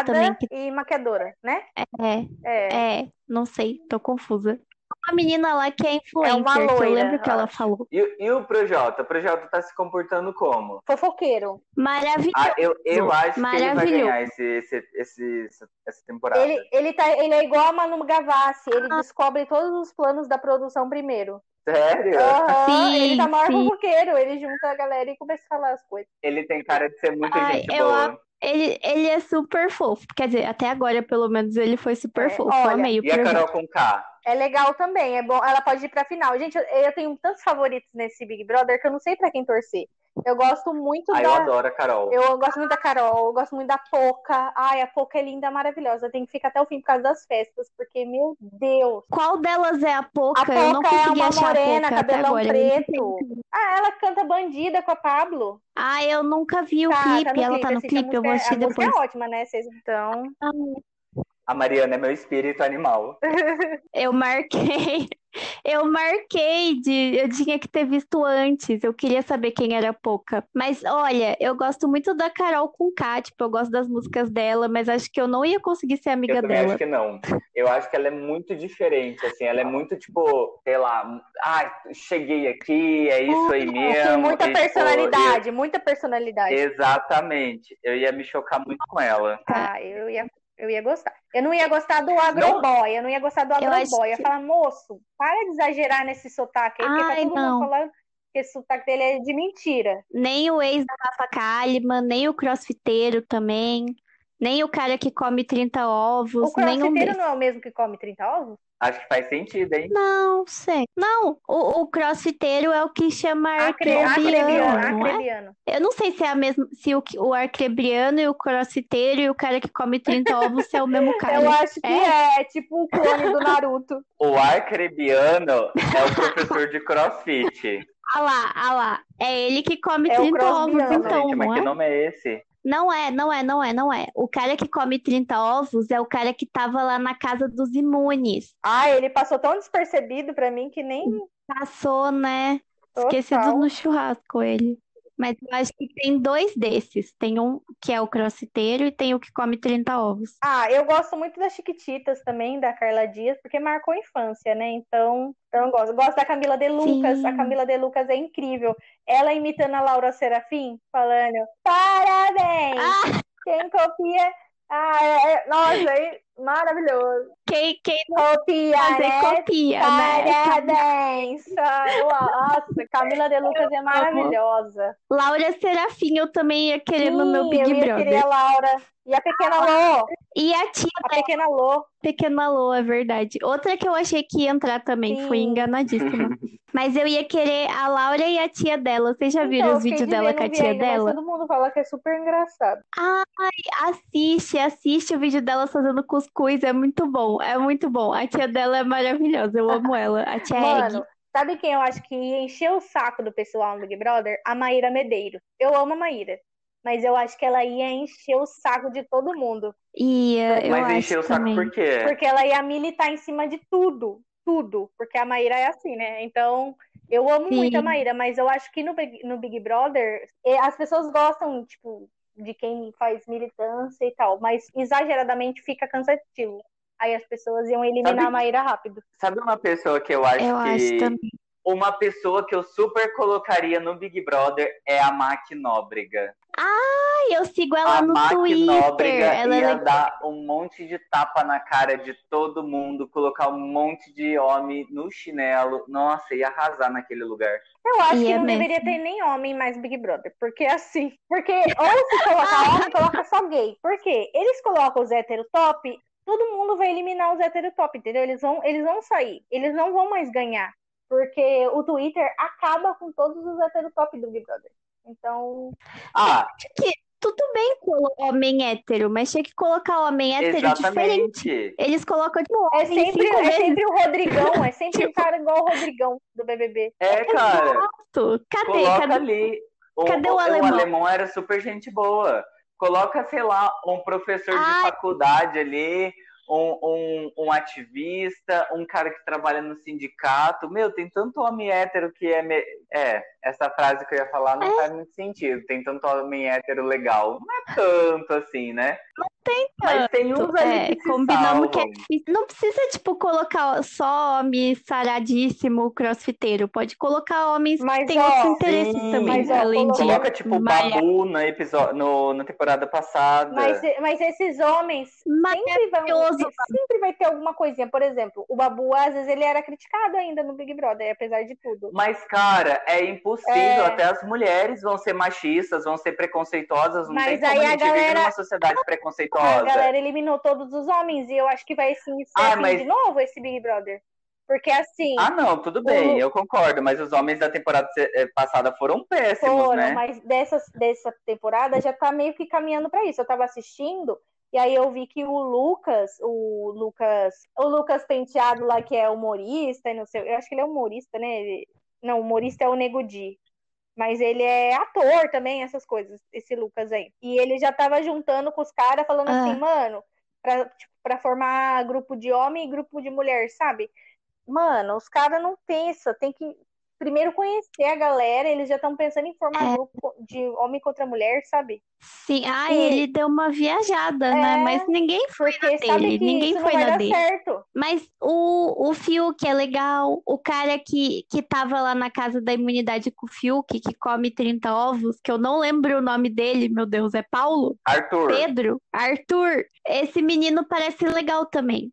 S5: advogada
S4: também que
S5: e maquiadora, né?
S4: é,
S5: É.
S4: é, não sei, tô confusa. uma menina lá que é influencer,
S5: uma
S4: que eu
S5: loira,
S4: lembro que
S5: eu
S4: ela falou.
S3: E, e o Projota? O Projota tá se comportando como?
S5: Fofoqueiro.
S4: Maravilhoso.
S3: Ah, eu, eu acho que ele vai
S4: Maravilhoso.
S3: ganhar esse, esse, esse, essa- essa temporada.
S5: Ele, ele, tá, ele é igual a Manu Gavassi, ele
S4: Ah.
S5: descobre todos os planos da produção primeiro.
S3: Sério?
S4: É.
S5: Aham,
S4: Sim,
S5: ele tá maior
S4: sim.
S5: fofoqueiro, ele junta a galera e começa a falar as coisas.
S3: Ele tem cara de ser muito
S4: Ai,
S3: gente
S4: eu
S3: boa.
S4: Ele, ele é super fofo. Quer dizer, até agora, pelo menos, ele foi super
S5: É,
S4: fofo.
S5: olha,
S4: eu amei o
S3: E a
S4: projeto.
S3: Carol com K?
S5: É legal também, é bom. Ela pode ir pra final. Gente, eu, eu tenho tantos favoritos nesse Big Brother que eu não sei pra quem torcer. Eu gosto muito
S3: Ah, eu
S5: da.
S3: adoro a Carol.
S5: Eu gosto muito da Carol, eu gosto muito da Poca. Ai, a Poca é linda, maravilhosa. Tem que ficar até o fim por causa das festas, porque, meu Deus.
S4: Qual delas é a Poca?
S5: A
S4: eu não
S5: Poca é
S4: consegui
S5: uma
S4: achar
S5: morena,
S4: a Poca até
S5: cabelão
S4: agora.
S5: preto. Ah, ela canta Bandida com a Pablo.
S4: Ah, eu nunca vi o
S5: tá,
S4: clipe.
S5: tá no
S4: ela
S5: clipe,
S4: tá no
S5: assim,
S4: clipe,
S5: a
S4: eu vou
S5: música,
S4: assistir
S5: a música
S4: depois.
S5: é ótima, né? Vocês então.
S3: A Mariana é meu espírito animal.
S4: Eu marquei. Eu marquei de. Eu tinha que ter visto antes. Eu queria saber quem era a Poca. Mas olha, eu gosto muito da Carol com K. Tipo, eu gosto das músicas dela, mas acho que eu não ia conseguir ser amiga
S3: Eu também
S4: dela.
S3: acho que não. Eu acho que ela é muito diferente, assim. Ela é muito, tipo, sei lá, ah, cheguei aqui, é
S4: Tipo,
S3: isso
S4: assim,
S3: aí mesmo.
S5: Tem assim, muita
S3: e, tipo,
S5: personalidade, muita personalidade.
S3: e- exatamente. Eu ia me chocar muito com ela.
S5: Ah, eu ia, eu ia gostar. Eu não ia gostar do agroboy, eu não ia gostar do
S4: Eu acho
S5: agroboy. Eu ia
S4: que- Ah,
S5: falar, moço, para de exagerar nesse sotaque aí, porque tá
S4: Ai,
S5: todo
S4: não.
S5: mundo falando que esse sotaque dele é de mentira.
S4: Nem o ex da Rafa Kalimann, nem o crossfiteiro também, nem o cara que come 30 ovos, um
S5: o
S4: nenhum
S5: crossfiteiro
S4: desses.
S5: não é o mesmo que come 30 ovos?
S3: Acho que faz sentido, hein?
S4: Não sei. Não, o, o crossfiteiro é o que chama
S5: Acre,
S4: arcrebiano,
S5: acrebiano,
S4: não é?
S5: acrebiano.
S4: Eu não sei se é a mesma, se o, que- o arcrebiano e o crossfiteiro e o cara que come 30 ovos se é o mesmo cara.
S5: Eu acho que
S4: É?
S5: é, tipo o clone do Naruto.
S3: O arcrebiano é o professor de crossfit.
S4: Ah lá, ah lá. É ele que come
S5: É o né?
S4: 30 ovos,
S5: crossbiano.
S4: então,
S3: Gente, mas
S4: não
S3: que
S4: é?
S3: nome é esse?
S4: Não é, não é, não é, não é. O cara que come 30 ovos é o cara que tava lá na casa dos imunes.
S5: Ah, ele passou tão despercebido pra mim que nem
S4: Passou, né? Esquecido
S5: total.
S4: no churrasco ele. Mas eu acho que tem dois desses. Tem um que é o crossfiteiro e tem o que come 30 ovos.
S5: Ah, eu gosto muito das Chiquititas também, da Carla Dias, porque marcou a infância, né? Então, então eu gosto. Eu Gosto da Camila De Lucas.
S4: Sim.
S5: A Camila De Lucas é incrível. Ela imitando a Laura Serafim, falando parabéns!
S4: Ah,
S5: Quem copia. Ah, é, é- nossa, é maravilhoso.
S4: quem, quem
S5: Copia,
S4: fazer
S5: né?
S4: copia, né?
S5: Parabéns! Ah, eu- Nossa, Camila De Lucas é maravilhosa.
S4: Laura Serafim, eu também ia querer é no meu
S5: Sim,
S4: Big
S5: eu ia
S4: Brother. Ah,
S5: querer a Laura. E a pequena Lô,
S4: E a tia
S5: a pequena Lô.
S4: Pequena Lô, é verdade. Outra que eu achei que ia entrar também, fui
S5: Sim.
S4: enganadíssima. Mas eu ia querer a Laura e a tia dela. Vocês já viram
S5: Então, eu
S4: os
S5: fiquei
S4: vídeos
S5: de
S4: dela
S5: ver,
S4: com a
S5: não vi
S4: tia
S5: ainda, mas
S4: dela?
S5: todo mundo fala que é super engraçado.
S4: Ai, assiste, assiste o vídeo dela fazendo cuscuz, é muito bom, é muito bom. A tia dela é maravilhosa, eu amo ela, a tia Egg.
S5: Mano, sabe quem eu acho que ia encher o saco do pessoal no Big Brother? A Maíra Medeiros. Eu amo a Maíra, mas eu acho que ela ia encher o saco de todo mundo,
S4: Ia, eh, eu
S3: Mas
S4: acho
S3: encheu o saco
S4: também.
S3: por quê?
S5: porque ela ia militar em cima de tudo, tudo, porque a Maíra é assim, né? Então, eu amo
S4: Sim.
S5: muito a Maíra, mas eu acho que no Big, no Big Brother, eh, as pessoas gostam, tipo, de quem faz militância e tal, mas exageradamente fica cansativo. Aí as pessoas iam eliminar
S3: Sabe-
S5: a Maíra rápido.
S3: Sabe uma pessoa que eu acho
S4: Eu acho
S3: que.
S4: também.
S3: Uma pessoa que eu super colocaria no Big Brother é a Mac Nóbrega.
S4: Ai, eu sigo ela
S3: a
S4: no
S3: Mac
S4: Twitter,
S3: Nóbrega
S4: ela é
S3: ia
S4: legal.
S3: dar um monte de tapa na cara de todo mundo, colocar um monte de homem no chinelo. Nossa, ia arrasar naquele lugar.
S5: Eu acho
S4: E
S5: que
S4: é
S5: não
S4: mesmo.
S5: deveria ter nem homem mais Big Brother, porque assim, porque ou se coloca homem, coloca só gay. Porque eles colocam os hétero top, todo mundo vai eliminar os hétero top, entendeu? Eles vão, eles vão sair, eles não vão mais ganhar, porque o Twitter acaba com todos os hétero top do Big Brother. Então,
S3: Ah,
S4: Tudo bem colo- homem hétero, mas tinha que colocar homem hétero diferente.
S3: exatamente. né,
S4: Eles colocam tipo,
S5: é
S4: homem
S5: sempre,
S4: cinco
S5: é
S4: vezes
S5: sempre o Rodrigão, é sempre um
S4: Tipo-
S5: cara igual o Rodrigão do BBB.
S3: É, cara.
S4: alto. Cadê?
S3: Coloca
S4: Cadê?
S3: ali. O,
S4: cadê o
S3: o-
S4: alemão?
S3: era super gente boa. Coloca, sei lá, um professor de
S4: Ai.
S3: faculdade ali, um, um, um ativista, um cara que trabalha no sindicato. Meu, tem tanto homem hétero que é. me- É, essa frase que eu ia falar não
S4: É.
S3: faz muito sentido. Tem tanto homem hétero legal. Não é tanto assim, né? Mas tem uns ali
S4: É,
S3: que se
S4: combinamos que é
S3: salvam.
S4: difícil. Não precisa, tipo, colocar só homem saradíssimo crossfiteiro. Pode colocar homens um que
S5: Mas,
S4: têm
S5: ó,
S4: outros interesses
S3: sim,
S4: também,
S5: mas, ó,
S4: além de
S3: Coloca, tipo, o
S4: Maia.
S3: Babu na, episódio, no, na temporada passada.
S5: Mas, mas esses homens
S4: Mas
S5: sempre vão.
S4: maravilhoso.
S5: Sempre vai ter alguma coisinha. Por exemplo, o Babu, às vezes, ele era criticado ainda no Big Brother, apesar de tudo.
S3: Mas, cara, é impossível.
S5: É.
S3: Até as mulheres vão ser machistas, vão ser preconceituosas. Não tem
S5: Mas
S3: como
S5: aí
S3: a
S5: a
S3: gente vive
S5: galera-
S3: numa sociedade
S5: A
S4: Ah,
S3: preconceituosa.
S5: galera eliminou todos os homens e eu acho que vai sim ser
S3: Ah,
S5: assim
S3: mas-
S5: de novo esse Big Brother. Porque assim,
S3: Ah, não, tudo bem, eu concordo. Mas os homens da temporada se- eh, passada foram péssimos,
S5: foram,
S3: né?
S5: mas dessa, dessa temporada já tá meio que caminhando pra isso. Eu tava assistindo e aí eu vi que o Lucas, o Lucas, o Lucas Penteado lá que é humorista e não sei, eu acho que ele é humorista, né? Ele- não, humorista é o Nego Di. Mas ele é ator também, essas coisas, esse Lucas aí. E ele já tava juntando com os caras, falando
S4: Ah.
S5: assim, mano, pra, tipo, pra formar grupo de homem e grupo de mulher, sabe? Mano, os caras não pensam, tem que primeiro conhecer a galera, eles já estão pensando em
S4: É.
S5: formar grupo de homem contra mulher, sabe?
S4: Sim, ah,
S5: E-
S4: ele deu uma viajada, né?
S5: É.
S4: Mas ninguém foi
S5: Porque
S4: na
S5: sabe
S4: dele,
S5: que
S4: ninguém
S5: isso não
S4: foi
S5: vai
S4: na
S5: dar
S4: dele.
S5: certo.
S4: Mas o, o Fiuk é legal, o cara que, que tava lá na casa da imunidade com o Fiuk, que come 30 ovos, que eu não lembro o nome dele, meu Deus, é Paulo?
S3: Arthur.
S4: Pedro? Arthur? Esse menino parece legal também.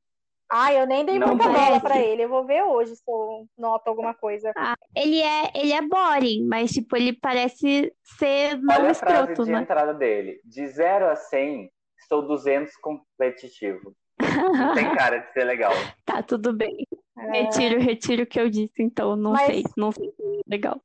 S5: Ah, eu nem dei
S3: Não
S5: muita bola
S4: parece.
S5: pra ele. Eu vou ver hoje se eu noto alguma coisa.
S4: Ele é, ele é boring, mas tipo, ele parece ser não
S3: Olha a frase
S4: escroto,
S3: de
S4: né?
S3: entrada dele. De 0 a 100, estou 200 competitivo. Não tem cara de ser legal.
S4: Tá, tudo bem.
S5: É.
S4: Retiro, retiro o que eu disse, então não
S5: Mas-
S4: sei, não sei se é legal.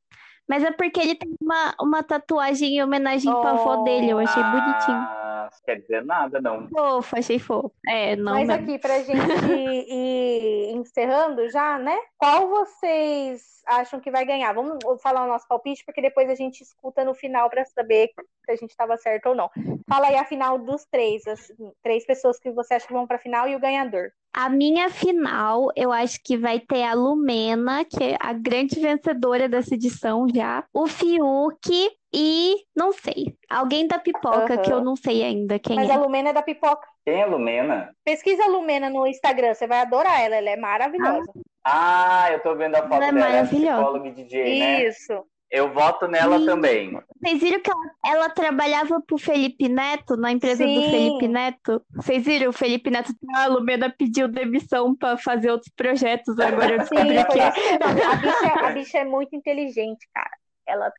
S4: Mas é porque ele tem uma, uma tatuagem em homenagem pra avó
S5: Oh.
S4: dele, eu achei bonitinho.
S3: Ah, não quer dizer nada, não.
S4: Fofo, achei fofo. É, não
S5: Mas
S4: mesmo.
S5: aqui, pra gente ir encerrando já, né? Qual vocês acham que vai ganhar? Vamos falar o nosso palpite, porque depois a gente escuta no final pra saber se a gente tava certo ou não. Fala aí a final dos três, as três pessoas que você acha que vão pra final e o ganhador.
S4: A minha final, eu acho que vai ter a Lumena, que é a grande vencedora dessa edição já, o Fiuk e não sei, alguém da pipoca que eu
S5: Aham.
S4: não sei ainda quem
S5: Mas
S4: é.
S5: a Lumena é da pipoca.
S3: Quem é a Lumena?
S5: Pesquisa a Lumena no Instagram, você vai adorar ela, ela é maravilhosa.
S3: Ah, eu tô vendo a foto
S4: Ela é
S3: dela. Ela é
S4: maravilhosa.
S3: psicóloga e DJ, né?
S5: Isso.
S3: Eu voto nela
S4: Sim.
S3: também.
S4: Vocês viram que ela, ela trabalhava pro Felipe Neto, na empresa do
S5: Sim.
S4: Felipe Neto? Vocês viram? O Felipe Neto, ah, a Lumena pediu demissão pra fazer outros projetos, agora eu
S5: Sim,
S4: descobri
S5: foi
S4: que é.
S5: isso que eu tava- a bicha, a bicha é muito inteligente, cara. Ela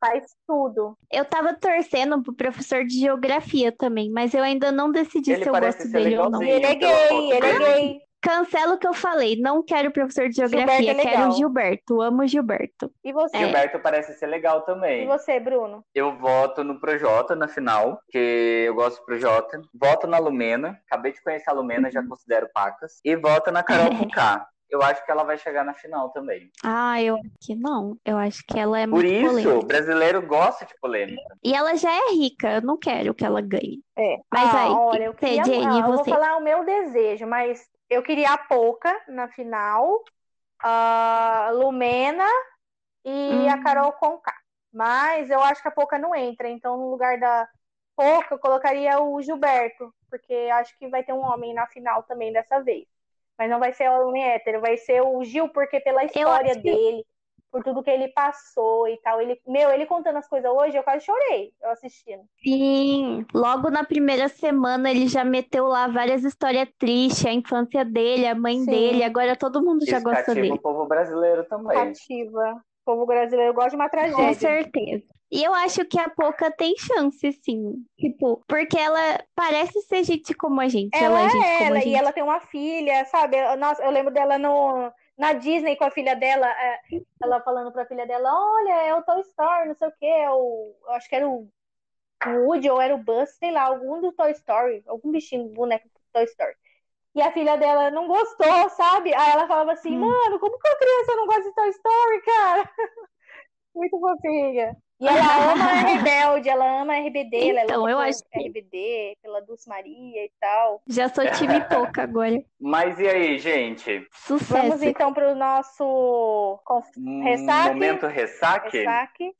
S5: faz tudo.
S4: Eu tava torcendo pro professor de geografia também, mas eu ainda não decidi
S3: Ele
S4: se eu
S3: parece
S4: gosto
S3: ser
S4: dele ou não.
S5: E
S3: Sim, então,
S5: ele é
S3: pela foto
S5: gay, ele é
S3: dele.
S5: gay.
S4: Cancelo o que eu falei, não quero professor de geografia,
S5: Gilberto é
S4: quero
S5: legal.
S4: o Gilberto, amo o Gilberto.
S5: E você?
S3: Gilberto parece ser legal
S5: É. E
S3: também.
S5: você, Bruno?
S3: Eu voto no Projota na final, que eu gosto do Projota. Voto na Lumena. Acabei de conhecer a Lumena, já considero pacas. E voto na Carol Conká. Eu acho que ela vai chegar na final também.
S4: Ah, eu acho que não, eu acho que ela é
S3: Por
S4: muito
S3: isso,
S4: polêmica.
S3: o brasileiro gosta de polêmica.
S4: E ela já é rica, eu não quero que ela ganhe.
S5: É.
S4: Mas
S5: Ah,
S4: aí,
S5: olha, eu
S4: você,
S5: queria,
S4: Jenny,
S5: ah,
S4: e
S5: eu vou
S4: você?
S5: falar o meu desejo, mas eu queria a Pouca na final, a Lumena e a
S4: Hum.
S5: Carol Conká. Mas eu acho que a Pouca não entra, então no lugar da Pouca eu colocaria o Gilberto, porque acho que vai ter um homem na final também dessa vez. Mas não vai ser o homem hétero, vai ser o Gil, porque pela história
S4: acho que-
S5: dele, por tudo que ele passou e tal. Ele, meu, ele contando as coisas hoje, eu quase chorei, eu assistindo.
S4: Sim, logo na primeira semana ele já meteu lá várias histórias tristes, a infância dele, a mãe
S5: Sim.
S4: dele, agora todo mundo já
S3: Isso
S4: gosta
S3: cativa
S4: dele.
S3: o povo brasileiro
S5: Tá.
S3: também.
S5: Cativa. O povo brasileiro gosta de uma
S4: Com
S5: tragédia.
S4: certeza. E eu acho que a Poca tem chance, sim. Tipo, porque ela parece ser gente como a gente. Ela,
S5: Ela
S4: é gente
S5: é
S4: como a
S5: ela,
S4: gente.
S5: e ela tem uma filha, sabe? Eu- Nossa, eu lembro dela no, na Disney com a filha dela, é, ela falando pra filha dela, olha, é o Toy Story, não sei o quê, é o, eu acho que era o Woody ou era o Buzz, sei lá, algum do Toy Story, algum bichinho, boneco do Toy Story. E a filha dela não gostou, sabe? Aí ela falava assim,
S4: Hum.
S5: mano, como que uma criança não gosta de Toy Story, cara? Muito fofinha. E ela ama a Rebelde, ela ama a RBD, ela é
S4: Então,
S5: louca
S4: eu
S5: pela
S4: acho que-
S5: RBD, pela Dulce Maria e tal.
S4: Já sou time pouca agora.
S3: Mas e aí, gente?
S4: Sucesso.
S5: Vamos então pro nosso conf- Ressaque?
S3: Um Momento ressaque?
S5: ressaque.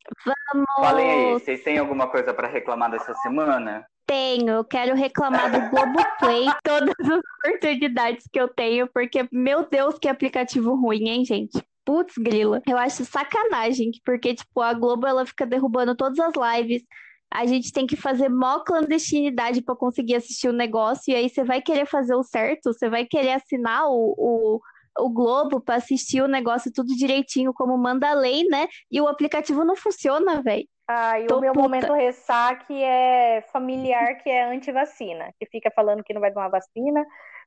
S3: Falem aí, vocês têm alguma coisa pra reclamar dessa semana?
S4: Tenho, eu quero reclamar do Globoplay todas as oportunidades que eu tenho, porque, meu Deus, que aplicativo ruim, hein, gente? Putz, grila. Eu acho sacanagem, porque, tipo, a Globo, ela fica derrubando todas as lives, a gente tem que fazer mó clandestinidade pra conseguir assistir o negócio, e aí você vai querer fazer o certo, você vai querer assinar o... o... O Globo pra assistir o negócio tudo direitinho, como manda a lei, né? E o aplicativo não funciona, velho.
S5: Ah, e
S4: Tô
S5: o meu
S4: puta.
S5: momento ressaque é familiar que é antivacina, que fica falando que não vai tomar vacina,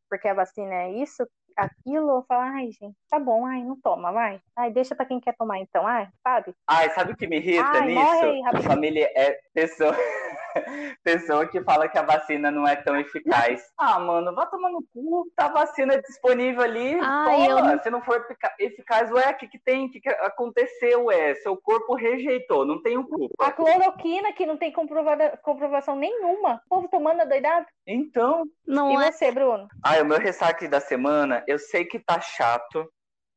S5: porque a vacina é isso, aquilo. Eu falo, ai, gente, tá bom, ai, não toma, vai. Ai, deixa pra quem quer tomar então, ai, sabe?
S3: Ai, sabe o que me irrita
S5: Ai,
S3: nisso?
S5: morre aí, rapidinho.
S3: Família é pessoa... pessoa que fala que a vacina não é tão eficaz. Ah, mano, vá tomar no cu, tá a vacina disponível ali,
S4: Ai,
S3: toma.
S4: eu-
S3: Se não for efica- eficaz, ué, o que, que tem? O que, que aconteceu? Ué, seu corpo rejeitou, não tenho
S5: A
S3: culpa.
S5: cloroquina, que não tem comprovada- comprovação nenhuma. O povo tomando adoidado.
S3: Então,
S4: Não
S5: E
S4: é
S5: você, Bruno?
S3: Ah, o meu ressaque da semana, eu sei que tá chato,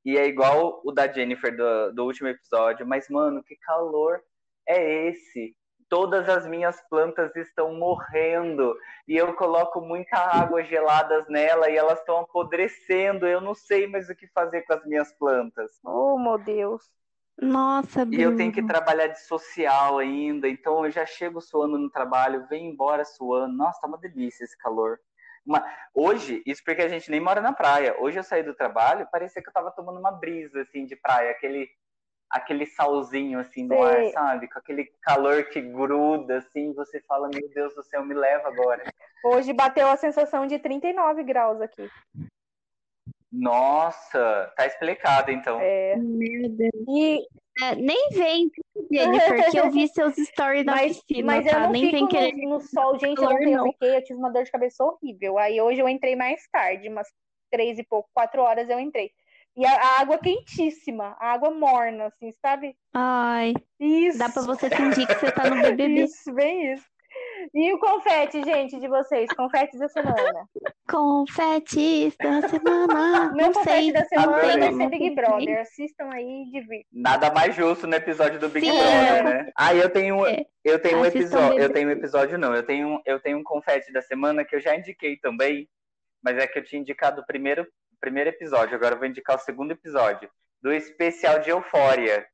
S3: e é igual o da Jennifer do, do último episódio, mas, mano, que calor é esse? Todas as minhas plantas estão morrendo, e eu coloco muita água geladas nela, e elas estão apodrecendo, eu não sei mais o que fazer com as minhas plantas.
S5: Oh, meu Deus.
S4: Nossa,
S3: E eu tenho que
S4: Bruno.
S3: trabalhar de social ainda, então eu já chego suando no trabalho, venho embora suando. Nossa, tá uma delícia esse calor. Uma- Hoje, isso porque a gente nem mora na praia. Hoje eu saí do trabalho, parecia que eu tava tomando uma brisa assim de praia, aquele aquele salzinho assim do ar,
S5: Sei.
S3: sabe? Com aquele calor que gruda assim, você fala, meu Deus do céu, me leva agora.
S5: Hoje bateu a sensação de 39 graus aqui.
S3: Nossa, tá explicado então.
S5: É.
S4: Meu Deus.
S5: E,
S4: É, nem vem, Jennifer, que eu vi seus stories na
S5: mas,
S4: piscina,
S5: mas eu
S4: tá?
S5: não
S4: Nem vem
S5: fico
S4: querer.
S5: no, no sol, gente. Eu
S4: calor,
S5: ontem eu
S4: não.
S5: fiquei, eu tive uma dor de cabeça horrível. Aí hoje eu entrei mais tarde, umas três e pouco, quatro horas eu entrei. E a, a água quentíssima, a água morna, assim, sabe?
S4: Ai,
S5: Isso.
S4: dá pra você fingir que você tá no BBB.
S5: Isso, bem isso. E o confete, gente, de vocês? Confetes da semana.
S4: Confetes da semana.
S5: Meu
S4: Não sei.
S5: confete da semana
S3: Adorei.
S5: vai ser Big Brother. Assistam aí e divirtam.
S3: Nada mais justo no episódio do Big
S4: Sim,
S3: Brother,
S5: é.
S3: né? Ah, eu tenho, um-
S4: É.
S3: eu tenho um
S4: Assistam
S3: episódio.
S4: Big
S3: Eu tenho um episódio, não. Eu tenho, um- eu tenho um confete da semana que eu já indiquei também, mas é que eu tinha indicado o primeiro, o primeiro episódio. Agora eu vou indicar o segundo episódio. Do especial de Eufória,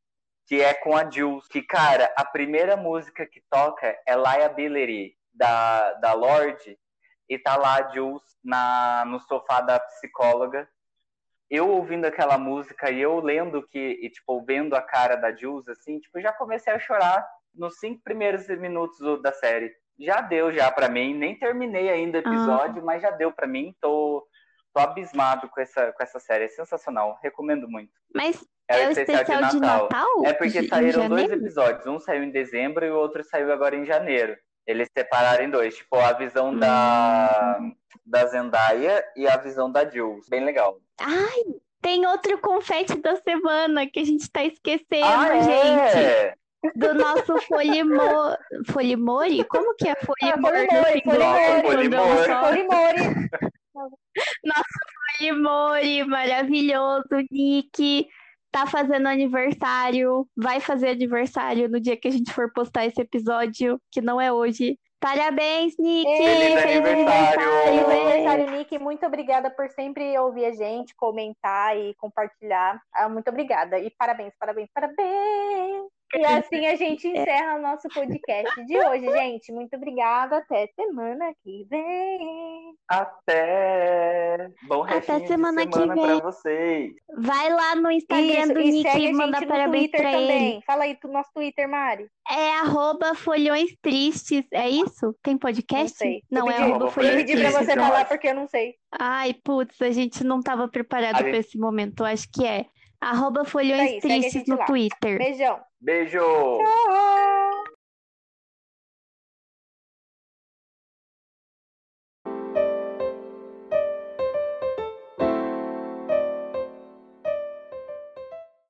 S3: que é com a Jules. Que, cara, a primeira música que toca é Liability, da, da Lorde. E tá lá a Jules na, no sofá da psicóloga eu ouvindo aquela música e eu lendo que, e, tipo, vendo a cara da Jules, assim, tipo, já comecei a chorar nos cinco primeiros minutos do- da série. Já deu já pra mim, nem terminei ainda o
S4: Ah.
S3: episódio, mas já deu pra mim. Tô, tô abismado com essa, com essa série, é sensacional, recomendo muito.
S4: Mas
S3: o
S4: é o especial de Natal?
S3: É porque
S4: Em
S3: saíram dois
S4: janeiro?
S3: episódios, um saiu em dezembro e o outro saiu agora em janeiro. Eles separaram em dois, tipo, a visão
S4: Hum.
S3: da, da Zendaya e a visão da Jules. Bem legal.
S4: Ai, tem outro confete da semana que a gente tá esquecendo, gente.
S3: Ah, é?
S4: Do nosso folimo... Folimori? Como que é?
S5: Ah,
S4: Folimori.
S5: Polimori,
S3: Nossa,
S5: Polimori,
S3: Polimori.
S5: Polimori.
S4: Mori, maravilhoso, Nick. Tá fazendo aniversário, vai fazer aniversário no dia que a gente for postar esse episódio, que não é hoje. Parabéns, Nick!
S3: Feliz
S5: Ei,
S3: aniversário!
S5: Feliz
S3: Oi.
S5: aniversário, Nick. Muito obrigada por sempre ouvir a gente, comentar e compartilhar. Ah, muito obrigada. E parabéns, parabéns, parabéns! E assim a gente
S4: É.
S5: encerra o nosso podcast de hoje, gente. Muito obrigada. Até semana que vem.
S3: Até! Bom
S4: Até
S3: restinho de
S4: semana que
S3: semana
S4: vem.
S3: pra vocês.
S4: Vai lá no Instagram
S5: Isso,
S4: do
S5: e
S4: Nick
S5: segue a
S4: e manda
S5: gente no
S4: parabéns
S5: Twitter
S4: pra
S5: também.
S4: ele.
S5: Fala aí do nosso Twitter, Mari.
S4: É arroba Folhões Tristes, é isso? Tem podcast?
S5: Não sei.
S4: Não,
S5: Vou
S4: é
S5: pedir-
S4: arroba
S3: vou
S5: Eu
S4: Folhões
S5: pedi pra
S4: Tristes.
S5: você
S3: Twitter,
S5: falar
S3: Mari.
S5: porque eu não sei.
S4: Ai, putz, a gente não tava preparado
S3: A
S4: pra esse momento, acho que é. Arroba Folhões
S5: Isso aí, segue a
S4: Tristes
S5: gente
S4: no
S5: lá.
S4: Twitter.
S5: Beijão.
S3: Beijo!
S5: Tchau.